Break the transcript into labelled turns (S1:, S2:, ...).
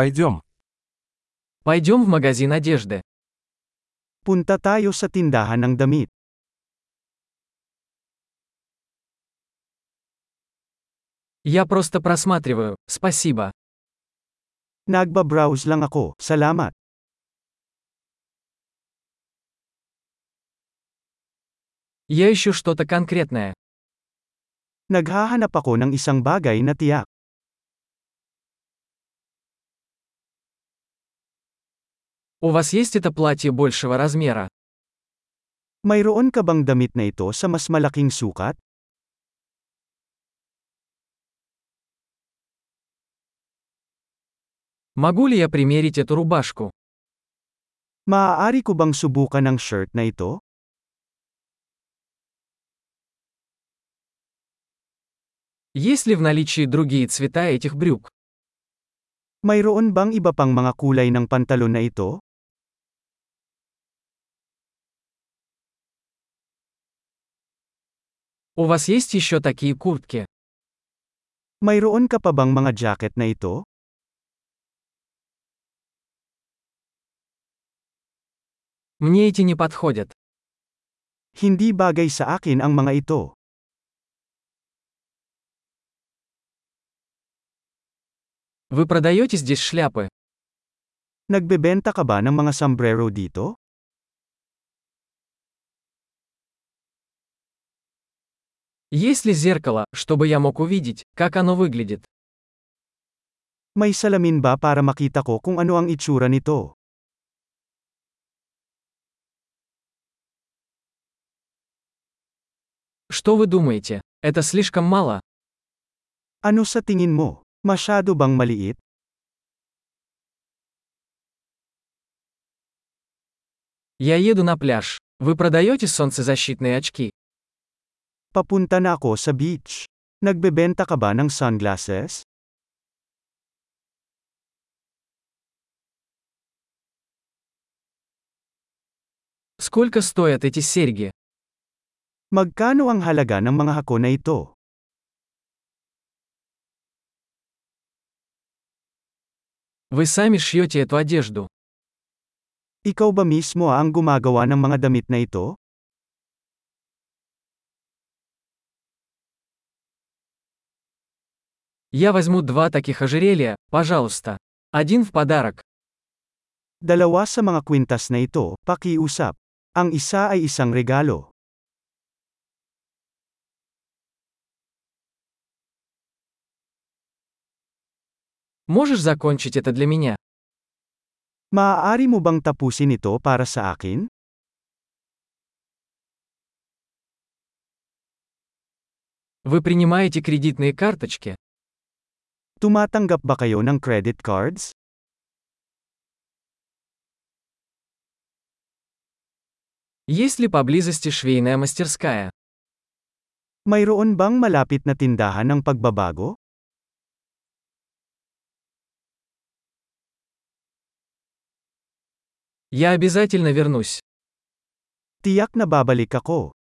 S1: Пойдем.
S2: Пойдем в магазин одежды.
S3: Punta tayo sa tindahan ng damit.
S2: Я просто просматриваю, спасибо.
S3: Nagbabrowse lang ako, salamat.
S2: Я ищу что-то конкретное.
S3: Naghahanap ako ng isang bagay na tiyak.
S2: У вас есть это платье большего размера?
S3: Mayroon ka bang damit na ito sa mas malaking sukat?
S2: Могу ли я примерить эту рубашку?
S3: Maaari ko bang subukan ang shirt na ito?
S2: Есть ли в наличии другие цвета этих брюк?
S3: Mayroon bang iba pang mga kulay ng pantalon na ito?
S2: У вас есть еще такие куртки?
S3: Mayroon ka pa bang mga jacket na ito?
S2: Мне эти не подходят.
S3: Hindi bagay sa akin ang mga ito.
S2: Вы продаете здесь шляпы?
S3: Nagbebenta ka ba ng mga sombrero dito?
S2: Есть ли зеркало, чтобы я мог увидеть, как оно выглядит?
S3: May salamin ba para makita ko kung ano ang itsura nito?
S2: Что вы думаете? Это слишком мало?
S3: Ano sa tingin mo? Masyado bang maliit?
S2: Я еду на пляж. Вы продаете солнцезащитные очки?
S3: Papunta na ako sa beach. Nagbebenta ka ba ng sunglasses?
S2: Сколько стоят эти серьги?
S3: Magkano ang halaga ng mga hako na ito?
S2: Вы сами шьете эту одежду.
S3: Ikaw ba mismo ang gumagawa ng mga damit na ito?
S2: Я возьму два таких ожерелья, пожалуйста. Один в подарок.
S3: Dalawa sa mga kwintas na ito, pakiusap. Ang isa ay isang regalo.
S2: Можешь закончить это для меня?
S3: Maaari mo bang tapusin ito para sa akin?
S2: Вы принимаете кредитные карточки?
S3: Tumatanggap ba kayo ng credit cards?
S2: Есть ли поблизости швейная мастерская?
S3: Mayroon bang malapit na tindahan ng pagbabago?
S2: Я обязательно вернусь.
S3: Tiyak na babalik ako.